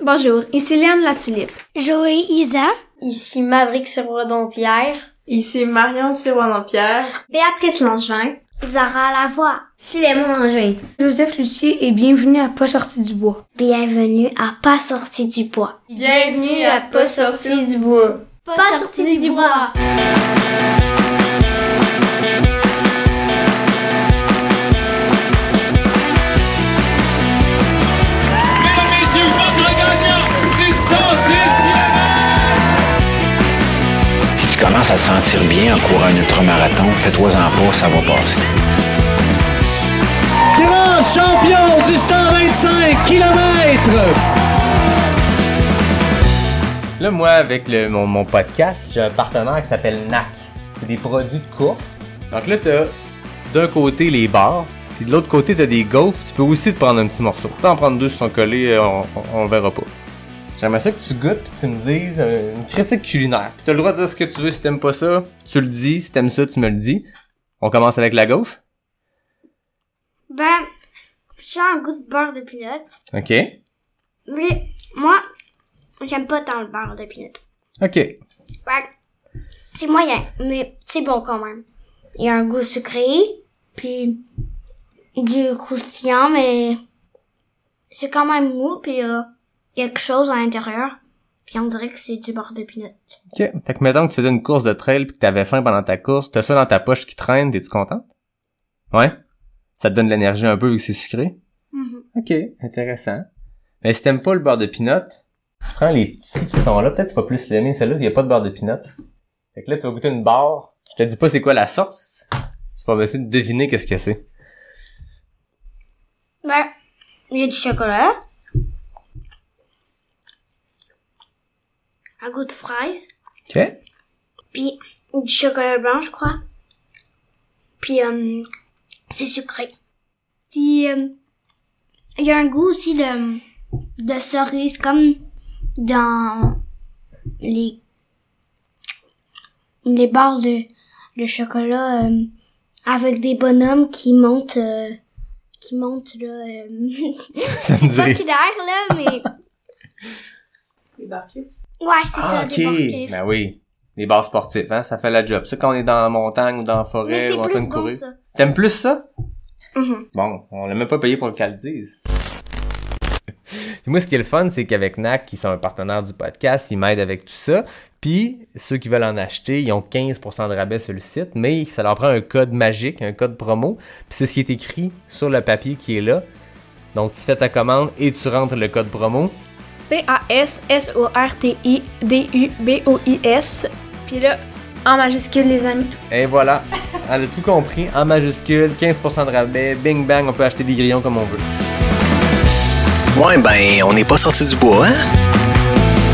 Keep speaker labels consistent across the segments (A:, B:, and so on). A: Bonjour, ici Léane Latulippe.
B: Joey Isa.
C: Ici Maverick Sirois-Dompierre.
D: Ici Marion Sirois-Dompierre.
E: Béatrice Langevin.
F: Zara Lavoie.
G: Philémon Langevin.
H: Joseph Lucier et bienvenue à Pas sorti du bois.
I: Bienvenue à Pas sorti du bois.
D: Bienvenue à Pas sorti du bois.
J: Pas, pas sorti, sorti du, du bois. bois.
K: commences à te sentir bien en courant un ultramarathon, fais-toi-en pas, ça va passer.
L: Grand champion du 125 km!
M: Là, moi, avec le, mon, mon, podcast, j'ai un partenaire qui s'appelle NAC. C'est des produits de course. Donc là, t'as d'un côté les bars, puis de l'autre côté, t'as des gaufres. Tu peux aussi te prendre un petit morceau. T'en prendre deux, sont collés, euh, on, on, on verra pas. J'aimerais ça que tu goûtes puis tu me dises euh, une critique culinaire. Tu as le droit de dire ce que tu veux si t'aimes pas ça. Tu le dis. Si t'aimes ça, tu me le dis. On commence avec la gaufre.
N: Ben, j'ai un goût de beurre de pinot.
M: OK.
N: Mais moi, j'aime pas tant le beurre de pinot.
M: OK.
N: Ben, c'est moyen, mais c'est bon quand même. Il y a un goût sucré, puis du croustillant, mais c'est quand même mou, puis euh, quelque chose à l'intérieur, puis on dirait que c'est du bord de pinot.
M: Ok. Fait que mettons que tu faisais une course de trail puis que t'avais faim pendant ta course, t'as ça dans ta poche qui traîne, t'es-tu contente? Ouais? Ça te donne de l'énergie un peu vu que c'est sucré?
N: Mm
M: -hmm. Ok, intéressant. Mais si t'aimes pas le beurre de pinot, tu prends les petits qui sont là, peut-être tu vas plus l'aimer, celle-là, il y a pas de beurre de pinot. Fait que là, tu vas goûter une barre, je te dis pas c'est quoi la sorte, tu vas essayer de deviner qu'est-ce que c'est.
N: Ben, il y a du chocolat. un goût de fraise.
M: OK.
N: Puis du chocolat blanc, je crois. Puis euh, c'est sucré. Puis il euh, y a un goût aussi de, de cerise, comme dans les, les barres de, de chocolat euh, avec des bonhommes qui montent. euh, qui montent là. euh. c'est pas clair là, mais.
D: Les barquets.
N: Ouais, c'est ah, ça, okay.
M: des Ben oui. Des bars sportifs, hein, ça fait la job. Ça, quand on est dans la montagne ou dans la forêt ou en train de courir.
N: Bon,
M: T'aimes plus ça?
N: Mm -hmm.
M: Bon, on l'a même pas payé pour qu'elle le dise. moi, ce qui est le fun, c'est qu'avec NAC, qui sont un partenaire du podcast, ils m'aident avec tout ça. Puis, ceux qui veulent en acheter, ils ont 15% de rabais sur le site, mais ça leur prend un code magique, un code promo. Puis, c'est ce qui est écrit sur le papier qui est là. Donc, tu fais ta commande et tu rentres le code promo.
A: P-A-S-S-O-R-T-I-D-U-B-O-I-S. Puis là, en majuscule, les amis.
M: Et voilà, elle a tout compris. En majuscule, 15% de rabais, bing bang, on peut acheter des grillons comme on veut.
O: Ouais, ben, on n'est pas sorti du bois,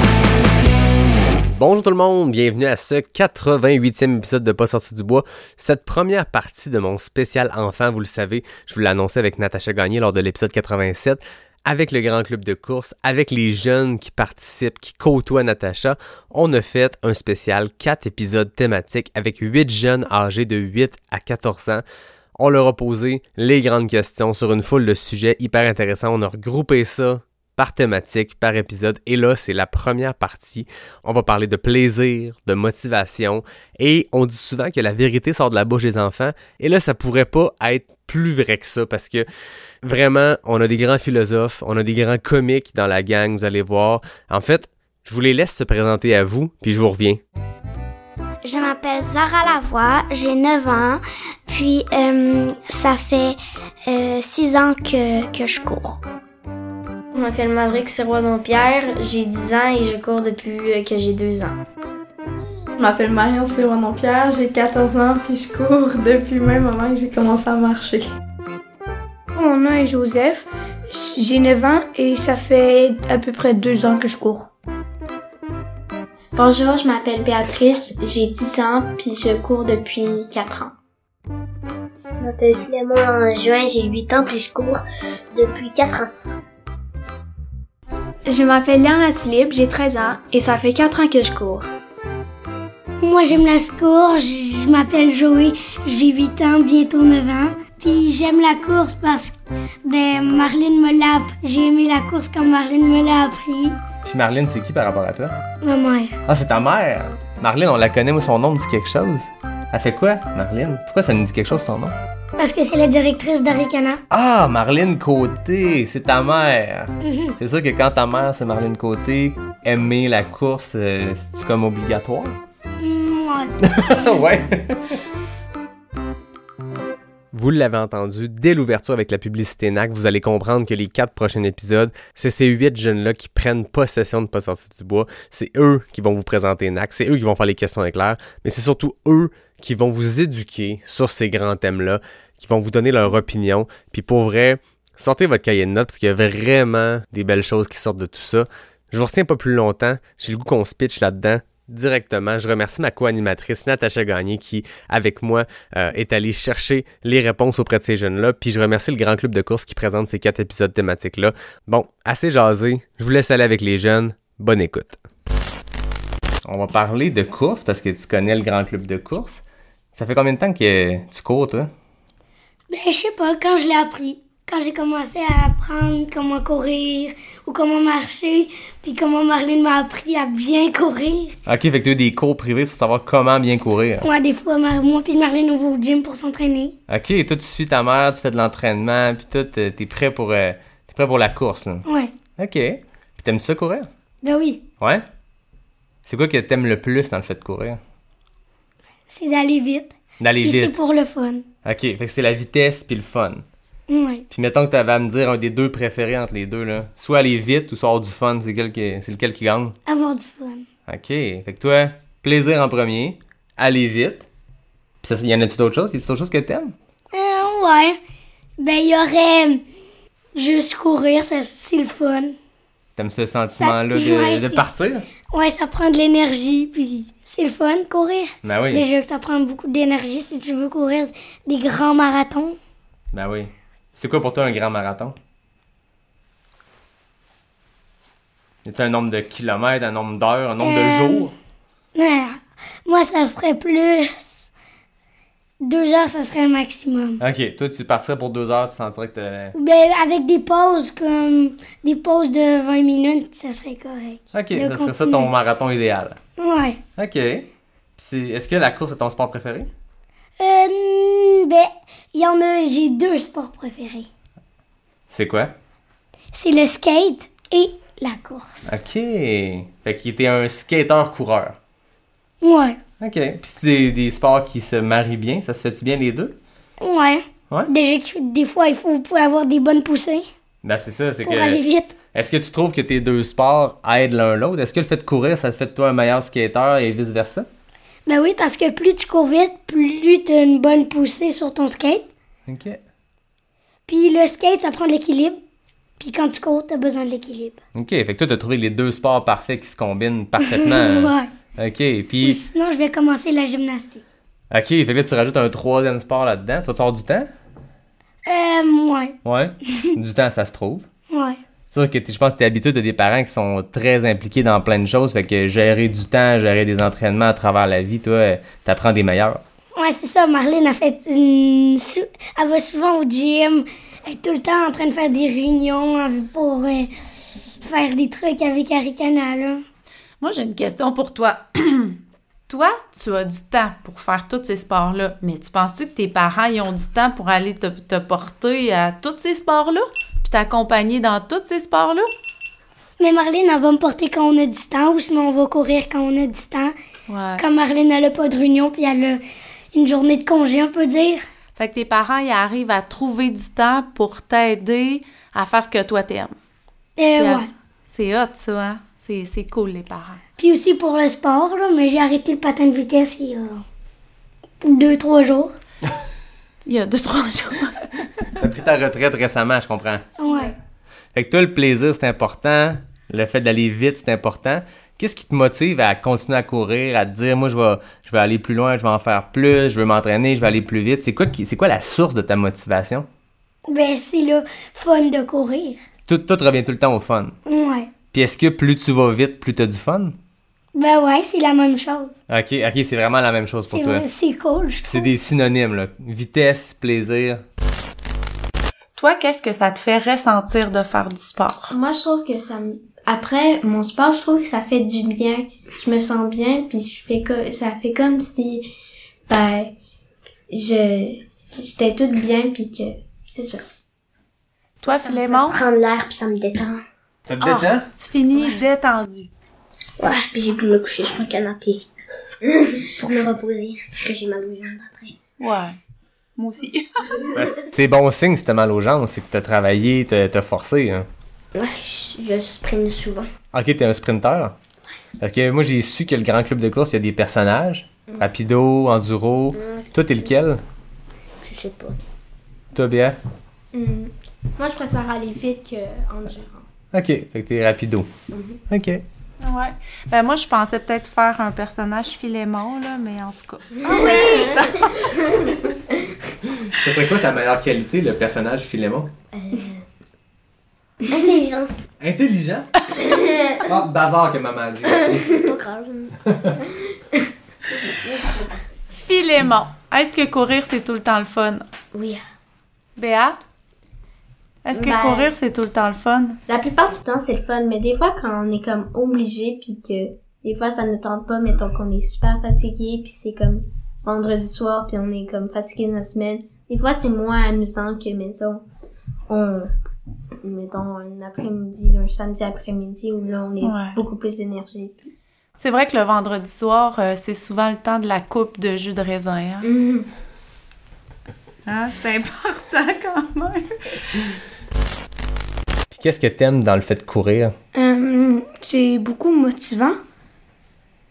O: hein?
M: Bonjour tout le monde, bienvenue à ce 88e épisode de Pas sorti du bois. Cette première partie de mon spécial enfant, vous le savez, je vous l'ai annoncé avec Natacha Gagné lors de l'épisode 87 avec le grand club de course, avec les jeunes qui participent, qui côtoient Natacha, on a fait un spécial 4 épisodes thématiques avec 8 jeunes âgés de 8 à 14 ans. On leur a posé les grandes questions sur une foule de sujets hyper intéressants. On a regroupé ça par thématique, par épisode. Et là, c'est la première partie. On va parler de plaisir, de motivation. Et on dit souvent que la vérité sort de la bouche des enfants. Et là, ça pourrait pas être plus vrai que ça parce que vraiment, on a des grands philosophes, on a des grands comiques dans la gang, vous allez voir. En fait, je vous les laisse se présenter à vous, puis je vous reviens.
P: Je m'appelle Zara Lavoie, j'ai 9 ans, puis euh, ça fait euh, 6 ans que, que je cours.
Q: Je m'appelle Maverick sirois dompierre j'ai 10 ans et je cours depuis euh, que j'ai 2 ans.
R: Je m'appelle Marion sirois dompierre j'ai 14 ans puis je cours depuis le même moment que j'ai commencé à marcher.
S: Mon nom est Joseph, j'ai 9 ans et ça fait à peu près 2 ans que je cours.
T: Bonjour, je m'appelle Béatrice, j'ai 10 ans puis je cours depuis 4 ans.
A: Je m'appelle Clément euh, en juin, j'ai 8 ans puis je cours depuis 4 ans.
D: Je m'appelle Léana Tulip, j'ai 13 ans et ça fait 4 ans que je cours.
F: Moi j'aime la course, je m'appelle Joey, j'ai 8 ans, bientôt 9 ans. Puis j'aime la course parce
U: Ben, Marlène me l'a J'ai aimé la course quand Marlène me l'a appris.
M: Puis Marlène, c'est qui par rapport à toi?
U: Ma mère.
M: Ah, c'est ta mère? Marlène, on la connaît, mais son nom me dit quelque chose. Elle fait quoi, Marlène? Pourquoi ça nous dit quelque chose, son nom?
U: Parce que c'est la directrice d'Aricana.
M: Ah, Marlène Côté, c'est ta mère. Mm-hmm. C'est sûr que quand ta mère, c'est Marlène Côté, aimer la course, euh, c'est comme obligatoire? ouais.
U: Mm,
M: ouais. Vous l'avez entendu, dès l'ouverture avec la publicité NAC, vous allez comprendre que les quatre prochains épisodes, c'est ces huit jeunes-là qui prennent possession de Pas sorti du bois. C'est eux qui vont vous présenter NAC, c'est eux qui vont faire les questions éclairs, mais c'est surtout eux qui vont vous éduquer sur ces grands thèmes-là, qui vont vous donner leur opinion. Puis pour vrai, sortez votre cahier de notes parce qu'il y a vraiment des belles choses qui sortent de tout ça. Je vous retiens pas plus longtemps, j'ai le goût qu'on se pitch là-dedans directement. Je remercie ma co-animatrice Natacha Gagné qui, avec moi, euh, est allée chercher les réponses auprès de ces jeunes-là. Puis je remercie le grand club de course qui présente ces quatre épisodes thématiques-là. Bon, assez jasé. Je vous laisse aller avec les jeunes. Bonne écoute. On va parler de course parce que tu connais le grand club de course. Ça fait combien de temps que tu cours, toi?
U: Ben, je sais pas, quand je l'ai appris. Quand j'ai commencé à apprendre comment courir ou comment marcher, puis comment Marlene m'a appris à bien courir.
M: Ok, fait que tu as eu des cours privés sur savoir comment bien courir.
U: Moi, ouais, des fois, moi puis Marlene, on va au gym pour s'entraîner.
M: Ok, et toi, tu suis ta mère, tu fais de l'entraînement, puis toi, t'es, t'es prêt, pour, euh, t'es prêt pour la course, là.
U: Ouais.
M: Ok. Puis t'aimes ça courir?
U: Ben oui.
M: Ouais? C'est quoi que t'aimes le plus dans le fait de courir?
U: C'est d'aller vite.
M: D'aller
U: puis
M: vite.
U: c'est pour le fun.
M: Ok, fait que c'est la vitesse puis le fun.
U: Oui.
M: Puis mettons que tu avais à me dire un des deux préférés entre les deux, là. Soit aller vite ou soit avoir du fun, c'est, quel qui... c'est lequel qui gagne?
U: Avoir du fun.
M: OK. Fait que toi, plaisir en premier, aller vite. Puis ça, y en a-tu d'autres choses? Y a-tu d'autres choses que t'aimes?
U: Euh, ouais. Ben, il y aurait juste courir, ça, c'est le fun.
M: T'aimes ce sentiment-là ça... de, ouais, de partir?
U: Ouais, ça prend de l'énergie, puis c'est le fun, courir.
M: Ben oui.
U: Déjà que ça prend beaucoup d'énergie si tu veux courir des grands marathons.
M: Ben oui. C'est quoi pour toi un grand marathon? Y a-t-il un nombre de kilomètres, un nombre d'heures, un nombre euh, de jours?
U: Euh, moi, ça serait plus. Deux heures, ça serait le maximum.
M: Ok, toi, tu partirais pour deux heures, tu euh, sentirais que t'es.
U: Ben, avec des pauses, comme. Des pauses de 20 minutes, ça serait correct.
M: Ok, ça continuer. serait ça ton marathon idéal.
U: Ouais.
M: Ok. Puis c'est... Est-ce que la course est ton sport préféré?
U: Euh, ben, il y en a, j'ai deux sports préférés.
M: C'est quoi?
U: C'est le skate et la course.
M: OK. Fait qu'il était un skater-coureur.
U: Ouais.
M: OK. Puis c'est des, des sports qui se marient bien? Ça se fait-tu bien les deux?
U: Ouais.
M: Ouais?
U: Déjà, des fois, il faut avoir des bonnes poussées.
M: Ben, c'est ça. C'est
U: pour
M: que,
U: aller vite.
M: Est-ce que tu trouves que tes deux sports aident l'un l'autre? Est-ce que le fait de courir, ça te fait de toi un meilleur skater et vice-versa?
U: Ben oui, parce que plus tu cours vite, plus tu as une bonne poussée sur ton skate.
M: OK.
U: Puis le skate, ça prend de l'équilibre. Puis quand tu cours, tu as besoin de l'équilibre.
M: OK. Fait que toi, tu as trouvé les deux sports parfaits qui se combinent parfaitement.
U: ouais.
M: OK. Euh, Puis.
U: sinon, je vais commencer la gymnastique.
M: OK. Fait que là, tu rajoutes un troisième sport là-dedans. Tu vas avoir du temps?
U: Euh, ouais.
M: Ouais. du temps, ça se trouve.
U: Ouais.
M: C'est sûr que je pense que tu es habitué de des parents qui sont très impliqués dans plein de choses. Fait que gérer du temps, gérer des entraînements à travers la vie, toi, euh, t'apprends des meilleurs.
U: Ouais, c'est ça. Marlène a fait une... Elle va souvent au gym. Elle est tout le temps en train de faire des réunions pour euh, faire des trucs avec Aricana, là.
V: Moi, j'ai une question pour toi. toi, tu as du temps pour faire tous ces sports-là, mais tu penses-tu que tes parents ils ont du temps pour aller te, te porter à tous ces sports-là? puis t'accompagner dans tous ces sports-là?
U: Mais Marlène, elle va me porter quand on a du temps, ou sinon on va courir quand on a du temps.
V: Ouais.
U: Comme Marlène, elle a pas de réunion, puis elle a une journée de congé, on peut dire.
V: Fait que tes parents, ils arrivent à trouver du temps pour t'aider à faire ce que toi t'aimes.
U: Euh,
V: Eh
U: ouais. à...
V: C'est hot, ça, hein? C'est, c'est cool, les parents.
U: Puis aussi pour le sport, là, mais j'ai arrêté le patin de vitesse il y a deux, trois jours.
V: il y a deux, trois jours.
M: T'as pris ta retraite récemment, je comprends.
U: Ouais.
M: Fait que toi, le plaisir, c'est important. Le fait d'aller vite, c'est important. Qu'est-ce qui te motive à continuer à courir, à te dire, moi, je vais, je vais aller plus loin, je vais en faire plus, je veux m'entraîner, je vais aller plus vite? C'est quoi, qui, c'est quoi la source de ta motivation?
U: Ben, c'est le fun de courir.
M: Tout, tout revient tout le temps au fun.
U: Ouais.
M: Puis est-ce que plus tu vas vite, plus t'as du fun?
U: Ben ouais, c'est la même chose.
M: OK, OK, c'est vraiment la même chose pour
U: c'est
M: toi.
U: Vrai, c'est cool, je
M: C'est des synonymes, là. Vitesse, plaisir.
V: Toi, qu'est-ce que ça te fait ressentir de faire du sport?
N: Moi, je trouve que ça me... Après, mon sport, je trouve que ça fait du bien. Je me sens bien, puis je fais comme... ça fait comme si, ben, je... J'étais toute bien, puis que... C'est ça.
V: Toi,
N: ça
V: Clément?
W: Me prendre l'air, puis ça me détend.
M: Ça te détend?
V: Oh, tu finis ouais. détendu.
W: Ouais, puis j'ai pu me coucher sur un canapé. pour me reposer, parce que j'ai mal aux jambes après.
V: Ouais. Moi aussi.
M: ben, c'est bon signe si t'as mal aux jambes, c'est que t'as travaillé, t'as, t'as forcé. Hein.
W: Ouais, je, je sprint souvent.
M: Ok, t'es un sprinteur? Ouais. Parce que moi, j'ai su que le grand club de course, il y a des personnages. Mm. Rapido, Enduro. Mm. Toi, t'es lequel?
W: Je sais pas.
M: Toi, bien?
N: Mm. Moi, je préfère aller vite que Enduro.
M: Ok, fait que t'es rapido. Mm-hmm. Ok.
V: Ouais. Ben moi, je pensais peut-être faire un personnage filémon, là, mais en tout cas.
N: Ah oui!
M: Ce serait quoi sa meilleure qualité, le personnage filémon?
W: Euh... Intelligent.
M: Intelligent? oh, bavard que maman a dit.
V: filémon. Est-ce que courir, c'est tout le temps le fun?
W: Oui.
V: Béa? Est-ce que ben, courir, c'est tout le temps le fun?
N: La plupart du temps, c'est le fun, mais des fois, quand on est comme obligé, puis que des fois, ça ne tente pas, mettons qu'on est super fatigué, puis c'est comme vendredi soir, puis on est comme fatigué de la semaine, des fois, c'est moins amusant que, mettons, on, mettons, un après-midi, un samedi après-midi, où là, on est ouais. beaucoup plus d'énergie. Puis...
V: C'est vrai que le vendredi soir, euh, c'est souvent le temps de la coupe de jus de raisin. Hein?
N: Mm.
V: hein c'est important quand même.
M: Puis qu'est-ce que t'aimes dans le fait de courir?
X: Euh, c'est beaucoup motivant.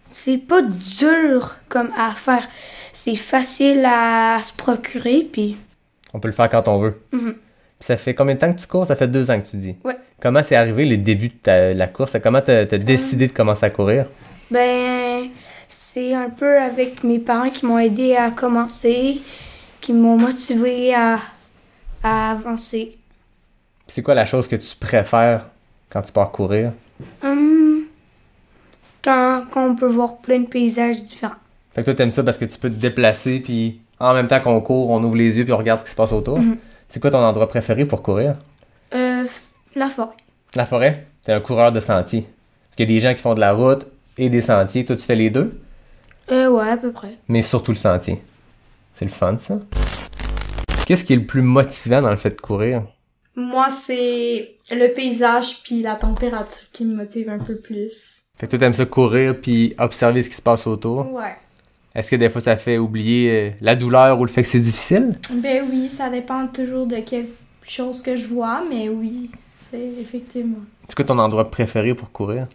X: C'est pas dur comme à faire. C'est facile à se procurer, puis...
M: On peut le faire quand on veut.
X: Mm-hmm.
M: Ça fait combien de temps que tu cours? Ça fait deux ans que tu dis.
X: Ouais. Euh.
M: Comment c'est arrivé les débuts de ta, la course? Comment t'as, t'as décidé de commencer à courir?
X: Ben, c'est un peu avec mes parents qui m'ont aidé à commencer, qui m'ont motivé à, à avancer.
M: C'est quoi la chose que tu préfères quand tu pars courir?
X: Hum, quand, quand, on peut voir plein de paysages différents.
M: Fait que toi, t'aimes ça parce que tu peux te déplacer, puis en même temps qu'on court, on ouvre les yeux, puis on regarde ce qui se passe autour.
X: Mm-hmm.
M: C'est quoi ton endroit préféré pour courir?
X: Euh, la forêt.
M: La forêt? T'es un coureur de sentier. Parce qu'il y a des gens qui font de la route et des sentiers. Toi, tu fais les deux?
X: Euh, ouais, à peu près.
M: Mais surtout le sentier. C'est le fun, ça. Qu'est-ce qui est le plus motivant dans le fait de courir?
R: Moi, c'est le paysage puis la température qui me motive un peu plus.
M: Fait que toi, t'aimes ça courir puis observer ce qui se passe autour?
R: Ouais.
M: Est-ce que des fois, ça fait oublier euh, la douleur ou le fait que c'est difficile?
R: Ben oui, ça dépend toujours de quelle chose que je vois, mais oui, c'est effectivement.
M: C'est quoi ton endroit préféré pour courir?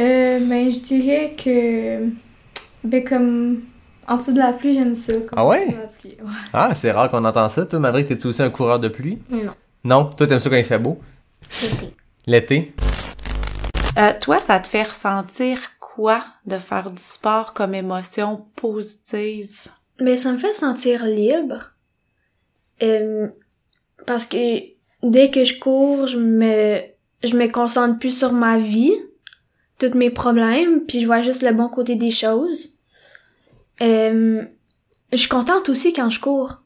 R: Euh, ben, je dirais que... Ben, comme... En dessous de la pluie, j'aime ça. Comme
M: ah ouais?
R: De la pluie. ouais?
M: Ah, c'est rare qu'on entend ça. Toi, Maverick, t'es-tu aussi un coureur de pluie?
N: Non.
M: Non, toi t'aimes ça quand il fait beau?
W: L'été.
M: L'été?
V: Euh, toi, ça te fait ressentir quoi de faire du sport comme émotion positive?
U: Mais ça me fait sentir libre. Euh, parce que dès que je cours, je me, je me concentre plus sur ma vie, tous mes problèmes, puis je vois juste le bon côté des choses. Euh, je suis contente aussi quand je cours.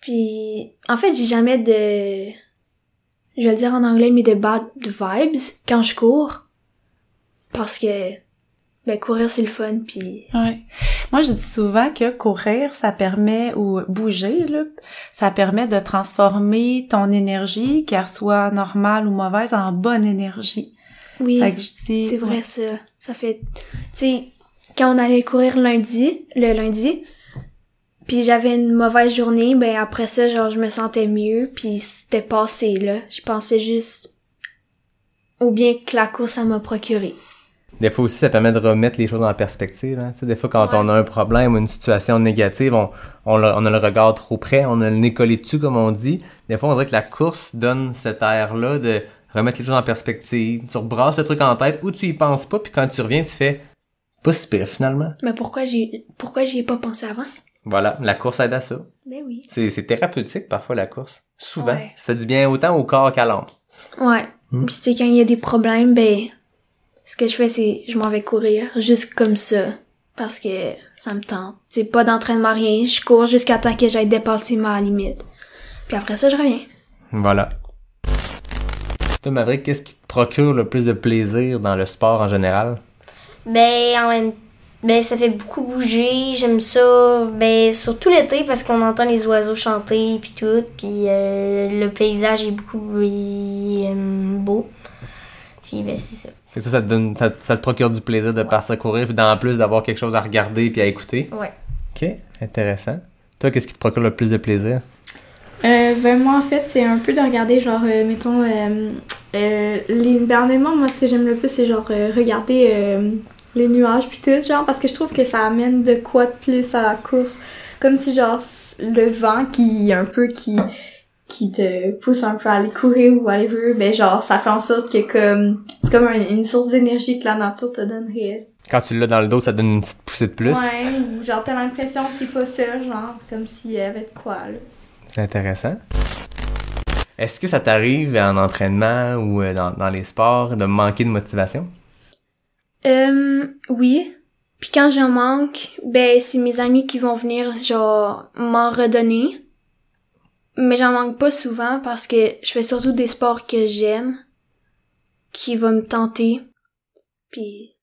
U: Puis, en fait, j'ai jamais de, je vais le dire en anglais, mais de bad vibes quand je cours. Parce que, ben, courir, c'est le fun, puis...
V: Ouais. Moi, je dis souvent que courir, ça permet, ou bouger, là, ça permet de transformer ton énergie, qu'elle soit normale ou mauvaise, en bonne énergie.
U: Oui,
V: fait que je dis,
U: c'est vrai, ouais. ça. Ça fait... Tu sais, quand on allait courir lundi, le lundi, puis j'avais une mauvaise journée, ben après ça, genre, je me sentais mieux, puis c'était passé, là. Je pensais juste au bien que la course, ça m'a procuré.
M: Des fois aussi, ça permet de remettre les choses en perspective. Hein. Des fois, quand ouais. on a un problème ou une situation négative, on, on, le, on, a le regard trop près, on a le nez collé dessus, comme on dit. Des fois, on dirait que la course donne cet air-là de remettre les choses en perspective. Tu rebrasses le truc en tête ou tu y penses pas, puis quand tu reviens, tu fais pas si pire, finalement.
U: Mais pourquoi j'y, pourquoi j'y ai pas pensé avant?
M: Voilà, la course aide à ça.
U: Ben oui.
M: C'est, c'est thérapeutique parfois la course. Souvent. Ouais. Ça fait du bien autant au corps qu'à l'âme.
U: Ouais. Hum. Puis tu sais, quand il y a des problèmes, ben ce que je fais, c'est je m'en vais courir juste comme ça. Parce que ça me tente. C'est pas d'entraînement, rien. Je cours jusqu'à temps que j'aille dépasser ma limite.
A: Puis après ça, je reviens.
M: Voilà. Toi, Maverick, qu'est-ce qui te procure le plus de plaisir dans le sport en général?
Q: Ben, en même ben, ça fait beaucoup bouger, j'aime ça. Ben, surtout l'été parce qu'on entend les oiseaux chanter puis tout, puis euh, le paysage est beaucoup est, euh, beau. Puis ben, c'est ça.
M: Fait que ça, ça te, donne, ça, ça te procure du plaisir de partir courir, puis en plus d'avoir quelque chose à regarder puis à écouter.
Q: Ouais.
M: OK, intéressant. Toi, qu'est-ce qui te procure le plus de plaisir?
R: Euh, ben moi en fait c'est un peu de regarder genre euh, mettons euh, les dernièrement moi ce que j'aime le plus c'est genre euh, regarder les nuages puis tout genre parce que je trouve que ça amène de quoi de plus à la course comme si genre le vent qui un peu qui qui te pousse un peu à aller courir ou whatever ben genre ça fait en sorte que comme c'est comme un, une source d'énergie que la nature te donne réelle
M: quand tu l'as dans le dos, ça te donne une petite poussée de plus.
R: Ouais, ou genre t'as l'impression que t'es pas seul, genre comme s'il y avait de quoi, là.
M: C'est intéressant. Est-ce que ça t'arrive en entraînement ou euh, dans, dans, les sports de manquer de motivation?
A: Euh, oui. Puis quand j'en manque, ben c'est mes amis qui vont venir genre m'en redonner. Mais j'en manque pas souvent parce que je fais surtout des sports que j'aime, qui vont me tenter. Puis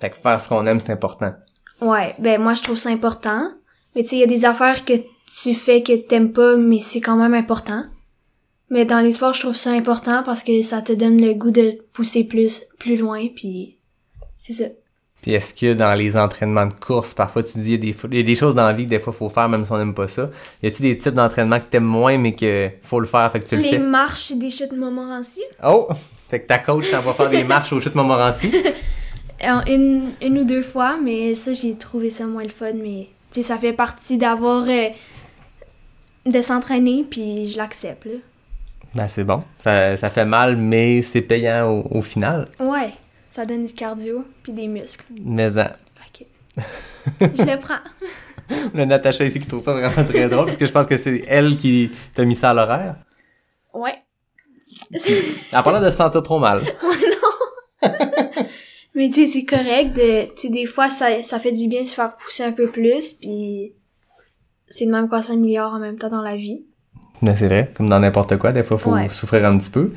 M: fait que faire ce qu'on aime, c'est important.
A: Ouais, ben moi je trouve ça important. Mais tu sais, il y a des affaires que tu fais que t'aimes pas, mais c'est quand même important. Mais dans les sports, je trouve ça important parce que ça te donne le goût de pousser plus, plus loin, puis c'est ça.
M: Puis est-ce que dans les entraînements de course, parfois tu dis, il y, y, a des choses dans la vie que des fois faut faire même si on n'aime pas ça. Y a-t-il des types d'entraînement que t'aimes moins mais que faut le faire, fait que tu le
A: les
M: fais? Les
A: marches des chutes Montmorency.
M: Oh! Fait que ta coach t'envoie faire des marches aux chutes Montmorency.
A: Une, une, ou deux fois, mais ça, j'ai trouvé ça moins le fun. Mais tu sais, ça fait partie d'avoir. Euh, de s'entraîner, puis je l'accepte.
M: Ben, c'est bon. Ça, ça, fait mal, mais c'est payant au, au, final.
A: Ouais, ça donne du cardio, puis des muscles.
M: Mais hein. ça.
A: Okay. je le prends.
M: On a Natacha ici qui trouve ça vraiment très drôle, parce que je pense que c'est elle qui t'a mis ça à l'horaire.
A: Ouais.
M: En parlant de se sentir trop mal.
A: Ouais, non! Mais tu sais, c'est correct. De, tu sais, des fois, ça, ça fait du bien de se faire pousser un peu plus, puis c'est de même qu'on s'améliore en même temps dans la vie.
M: Ben, c'est vrai. Comme dans n'importe quoi, des fois, faut ouais. souffrir un petit peu.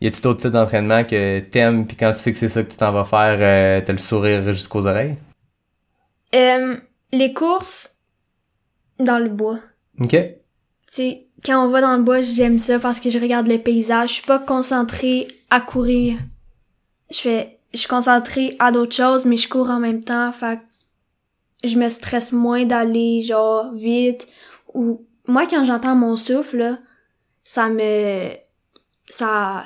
M: Y a-tu d'autres types d'entraînement que t'aimes, puis quand tu sais que c'est ça que tu t'en vas faire, euh, t'as le sourire jusqu'aux oreilles?
A: Euh, les courses dans le bois.
M: OK. Tu
A: sais, quand on va dans le bois, j'aime ça parce que je regarde le paysage. Je suis pas concentrée à courir. Je fais je suis concentrée à d'autres choses, mais je cours en même temps. Fait que je me stresse moins d'aller, genre, vite. Ou, moi, quand j'entends mon souffle, là, ça me, ça,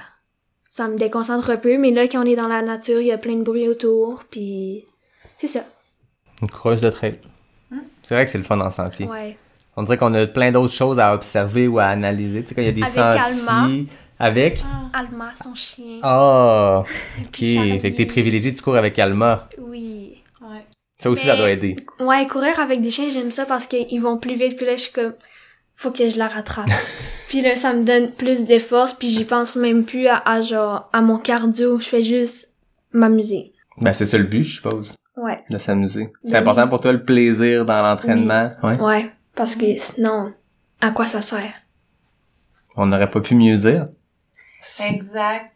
A: ça me déconcentre un peu. Mais là, quand on est dans la nature, il y a plein de bruit autour, puis c'est ça.
M: Une creuse de trail. Hum? C'est vrai que c'est le fun en sentier.
A: Hmm. Ouais.
M: On dirait qu'on a plein d'autres choses à observer ou à analyser. Tu sais, quand il y a des Avec sentiers... Alma. Avec?
A: Ah. Alma, son chien.
M: Ah! Oh, ok. fait que t'es privilégié, tu cours avec Alma.
A: Oui. Ouais.
M: Ça aussi, Mais, ça doit aider.
A: Ouais, courir avec des chiens, j'aime ça parce qu'ils vont plus vite. Puis là, je suis comme, faut que je la rattrape. puis là, ça me donne plus de force. Puis j'y pense même plus à, à, genre, à mon cardio. Je fais juste m'amuser.
M: Ben, c'est ça le but, je suppose.
A: Ouais.
M: De s'amuser. C'est oui. important pour toi le plaisir dans l'entraînement.
A: Oui. Ouais. ouais. Parce que sinon, à quoi ça sert?
M: On n'aurait pas pu mieux dire.
V: Exact.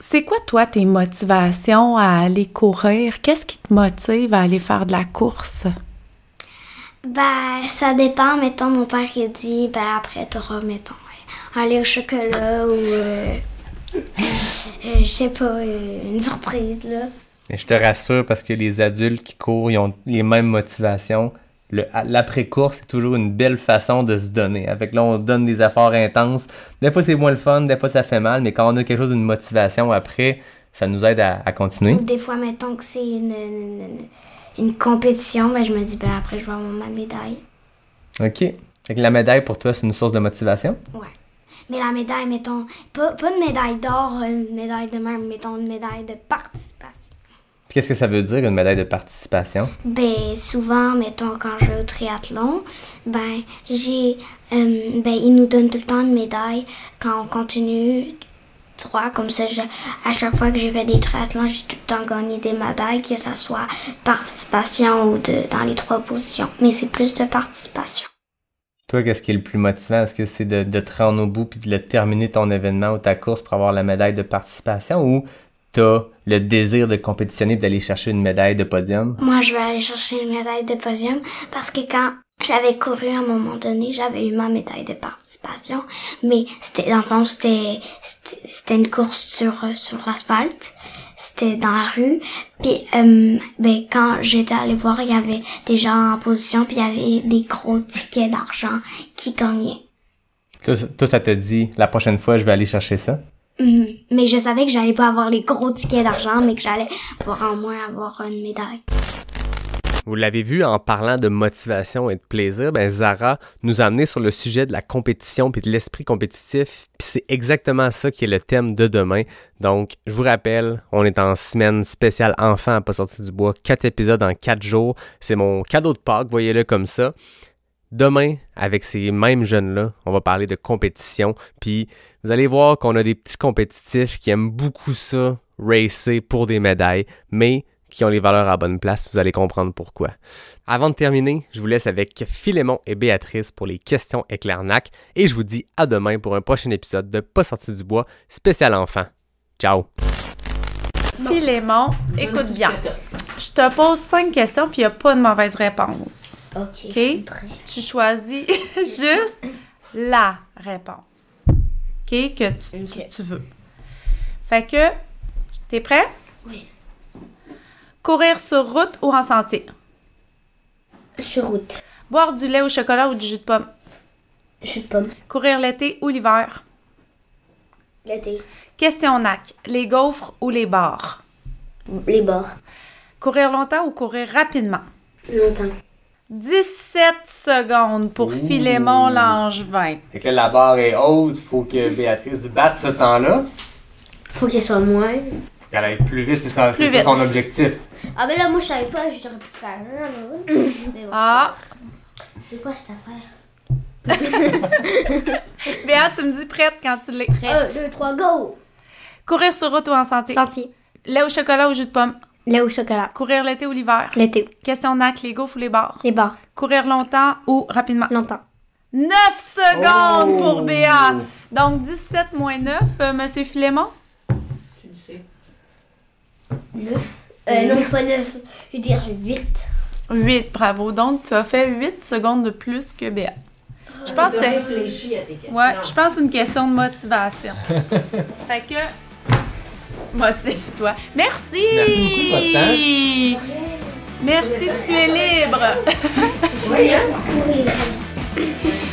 V: C'est quoi, toi, tes motivations à aller courir? Qu'est-ce qui te motive à aller faire de la course?
N: Ben, ça dépend. Mettons, mon père, il dit, ben, après, t'auras, mettons, aller au chocolat ou, euh, euh, je sais pas, euh, une surprise, là.
M: Mais je te rassure parce que les adultes qui courent, ils ont les mêmes motivations l'après-course, c'est toujours une belle façon de se donner. Avec là, on donne des efforts intenses. Des fois, c'est moins le fun, des fois, ça fait mal, mais quand on a quelque chose, une motivation après, ça nous aide à, à continuer.
N: Des fois, mettons que c'est une, une, une, compétition, ben, je me dis, ben après, je vais avoir ma médaille.
M: OK. Fait que la médaille, pour toi, c'est une source de motivation?
N: Ouais. Mais la médaille, mettons, pas, pas une médaille d'or, une médaille de même, mettons une médaille de participation.
M: Qu'est-ce que ça veut dire une médaille de participation?
N: Ben souvent, mettons quand je vais au triathlon, ben j'ai, euh, ben ils nous donnent tout le temps une médaille quand on continue trois comme ça. Je, à chaque fois que j'ai fait des triathlons, j'ai tout le temps gagné des médailles, que ça soit participation ou de dans les trois positions. Mais c'est plus de participation.
M: Toi, qu'est-ce qui est le plus motivant? Est-ce que c'est de, de, te rendre au bout puis de le terminer ton événement ou ta course pour avoir la médaille de participation ou t'as le désir de compétitionner et d'aller chercher une médaille de podium?
N: Moi, je vais aller chercher une médaille de podium parce que quand j'avais couru à un moment donné, j'avais eu ma médaille de participation, mais c'était, dans le fond, c'était, c'était une course sur, euh, sur l'asphalte c'était dans la rue. Puis euh, ben quand j'étais allée voir, il y avait des gens en position, puis il y avait des gros tickets d'argent qui gagnaient.
M: Toi, toi ça te dit la prochaine fois, je vais aller chercher ça.
N: Mmh. Mais je savais que j'allais pas avoir les gros tickets d'argent, mais que j'allais pouvoir au moins avoir une médaille.
M: Vous l'avez vu en parlant de motivation et de plaisir, ben Zara nous a amené sur le sujet de la compétition puis de l'esprit compétitif, puis c'est exactement ça qui est le thème de demain. Donc, je vous rappelle, on est en semaine spéciale enfant à pas sortir du bois, quatre épisodes en quatre jours. C'est mon cadeau de Pâques, voyez-le comme ça. Demain, avec ces mêmes jeunes-là, on va parler de compétition, puis vous allez voir qu'on a des petits compétitifs qui aiment beaucoup ça, racer pour des médailles, mais qui ont les valeurs à la bonne place, vous allez comprendre pourquoi. Avant de terminer, je vous laisse avec Philémon et Béatrice pour les questions éclairnac et je vous dis à demain pour un prochain épisode de Pas sorti du bois spécial enfant. Ciao.
V: Non. Philémon, écoute bien. Je te pose cinq questions puis il n'y a pas de mauvaise réponse.
N: OK. okay?
V: Tu choisis juste la réponse. OK que tu, okay. tu, tu veux. Fait que t'es prêt
N: Oui.
V: Courir sur route ou en sentier?
N: Sur route.
V: Boire du lait au chocolat ou du jus de pomme?
N: Jus de pomme.
V: Courir l'été ou l'hiver?
N: L'été.
V: Question NAC. Les gaufres ou les bars?
N: Les bars.
V: Courir longtemps ou courir rapidement?
N: Longtemps.
V: 17 secondes pour Ouh. Philémon Langevin.
M: Fait que là, la barre est haute. Faut que Béatrice batte ce temps-là.
N: Faut qu'elle soit moins
M: qu'elle aille plus vite, c'est ça, ça, son objectif.
N: Ah, ben là, moi, je savais pas, j'aurais pu faire
V: mais bon. Ah!
N: C'est quoi cette affaire?
V: Béa, tu me dis prête quand tu l'es.
N: Prête. 1, 2, 3, Euh, go!
V: Courir sur route ou en sentier?
N: Sentier.
V: Lait au chocolat ou jus de pomme?
N: Lait au chocolat.
V: Courir l'été ou l'hiver?
N: L'été.
V: Question NAC, les gaufres ou les bars?
N: Les bars.
V: Courir longtemps ou rapidement?
N: Longtemps.
V: 9 secondes oh! pour Béa! Donc 17 moins 9, euh, Monsieur Philémon?
N: 9. Euh, non, pas 9. Je veux dire 8.
V: 8, bravo. Donc, tu as fait 8 secondes de plus que Béa. Je pense que
E: c'est. réfléchis à tes questions.
V: Ouais, je pense une question de motivation. fait que. Motive-toi. Merci!
M: Merci beaucoup de votre temps.
V: Merci, tu es libre!
N: Voyons!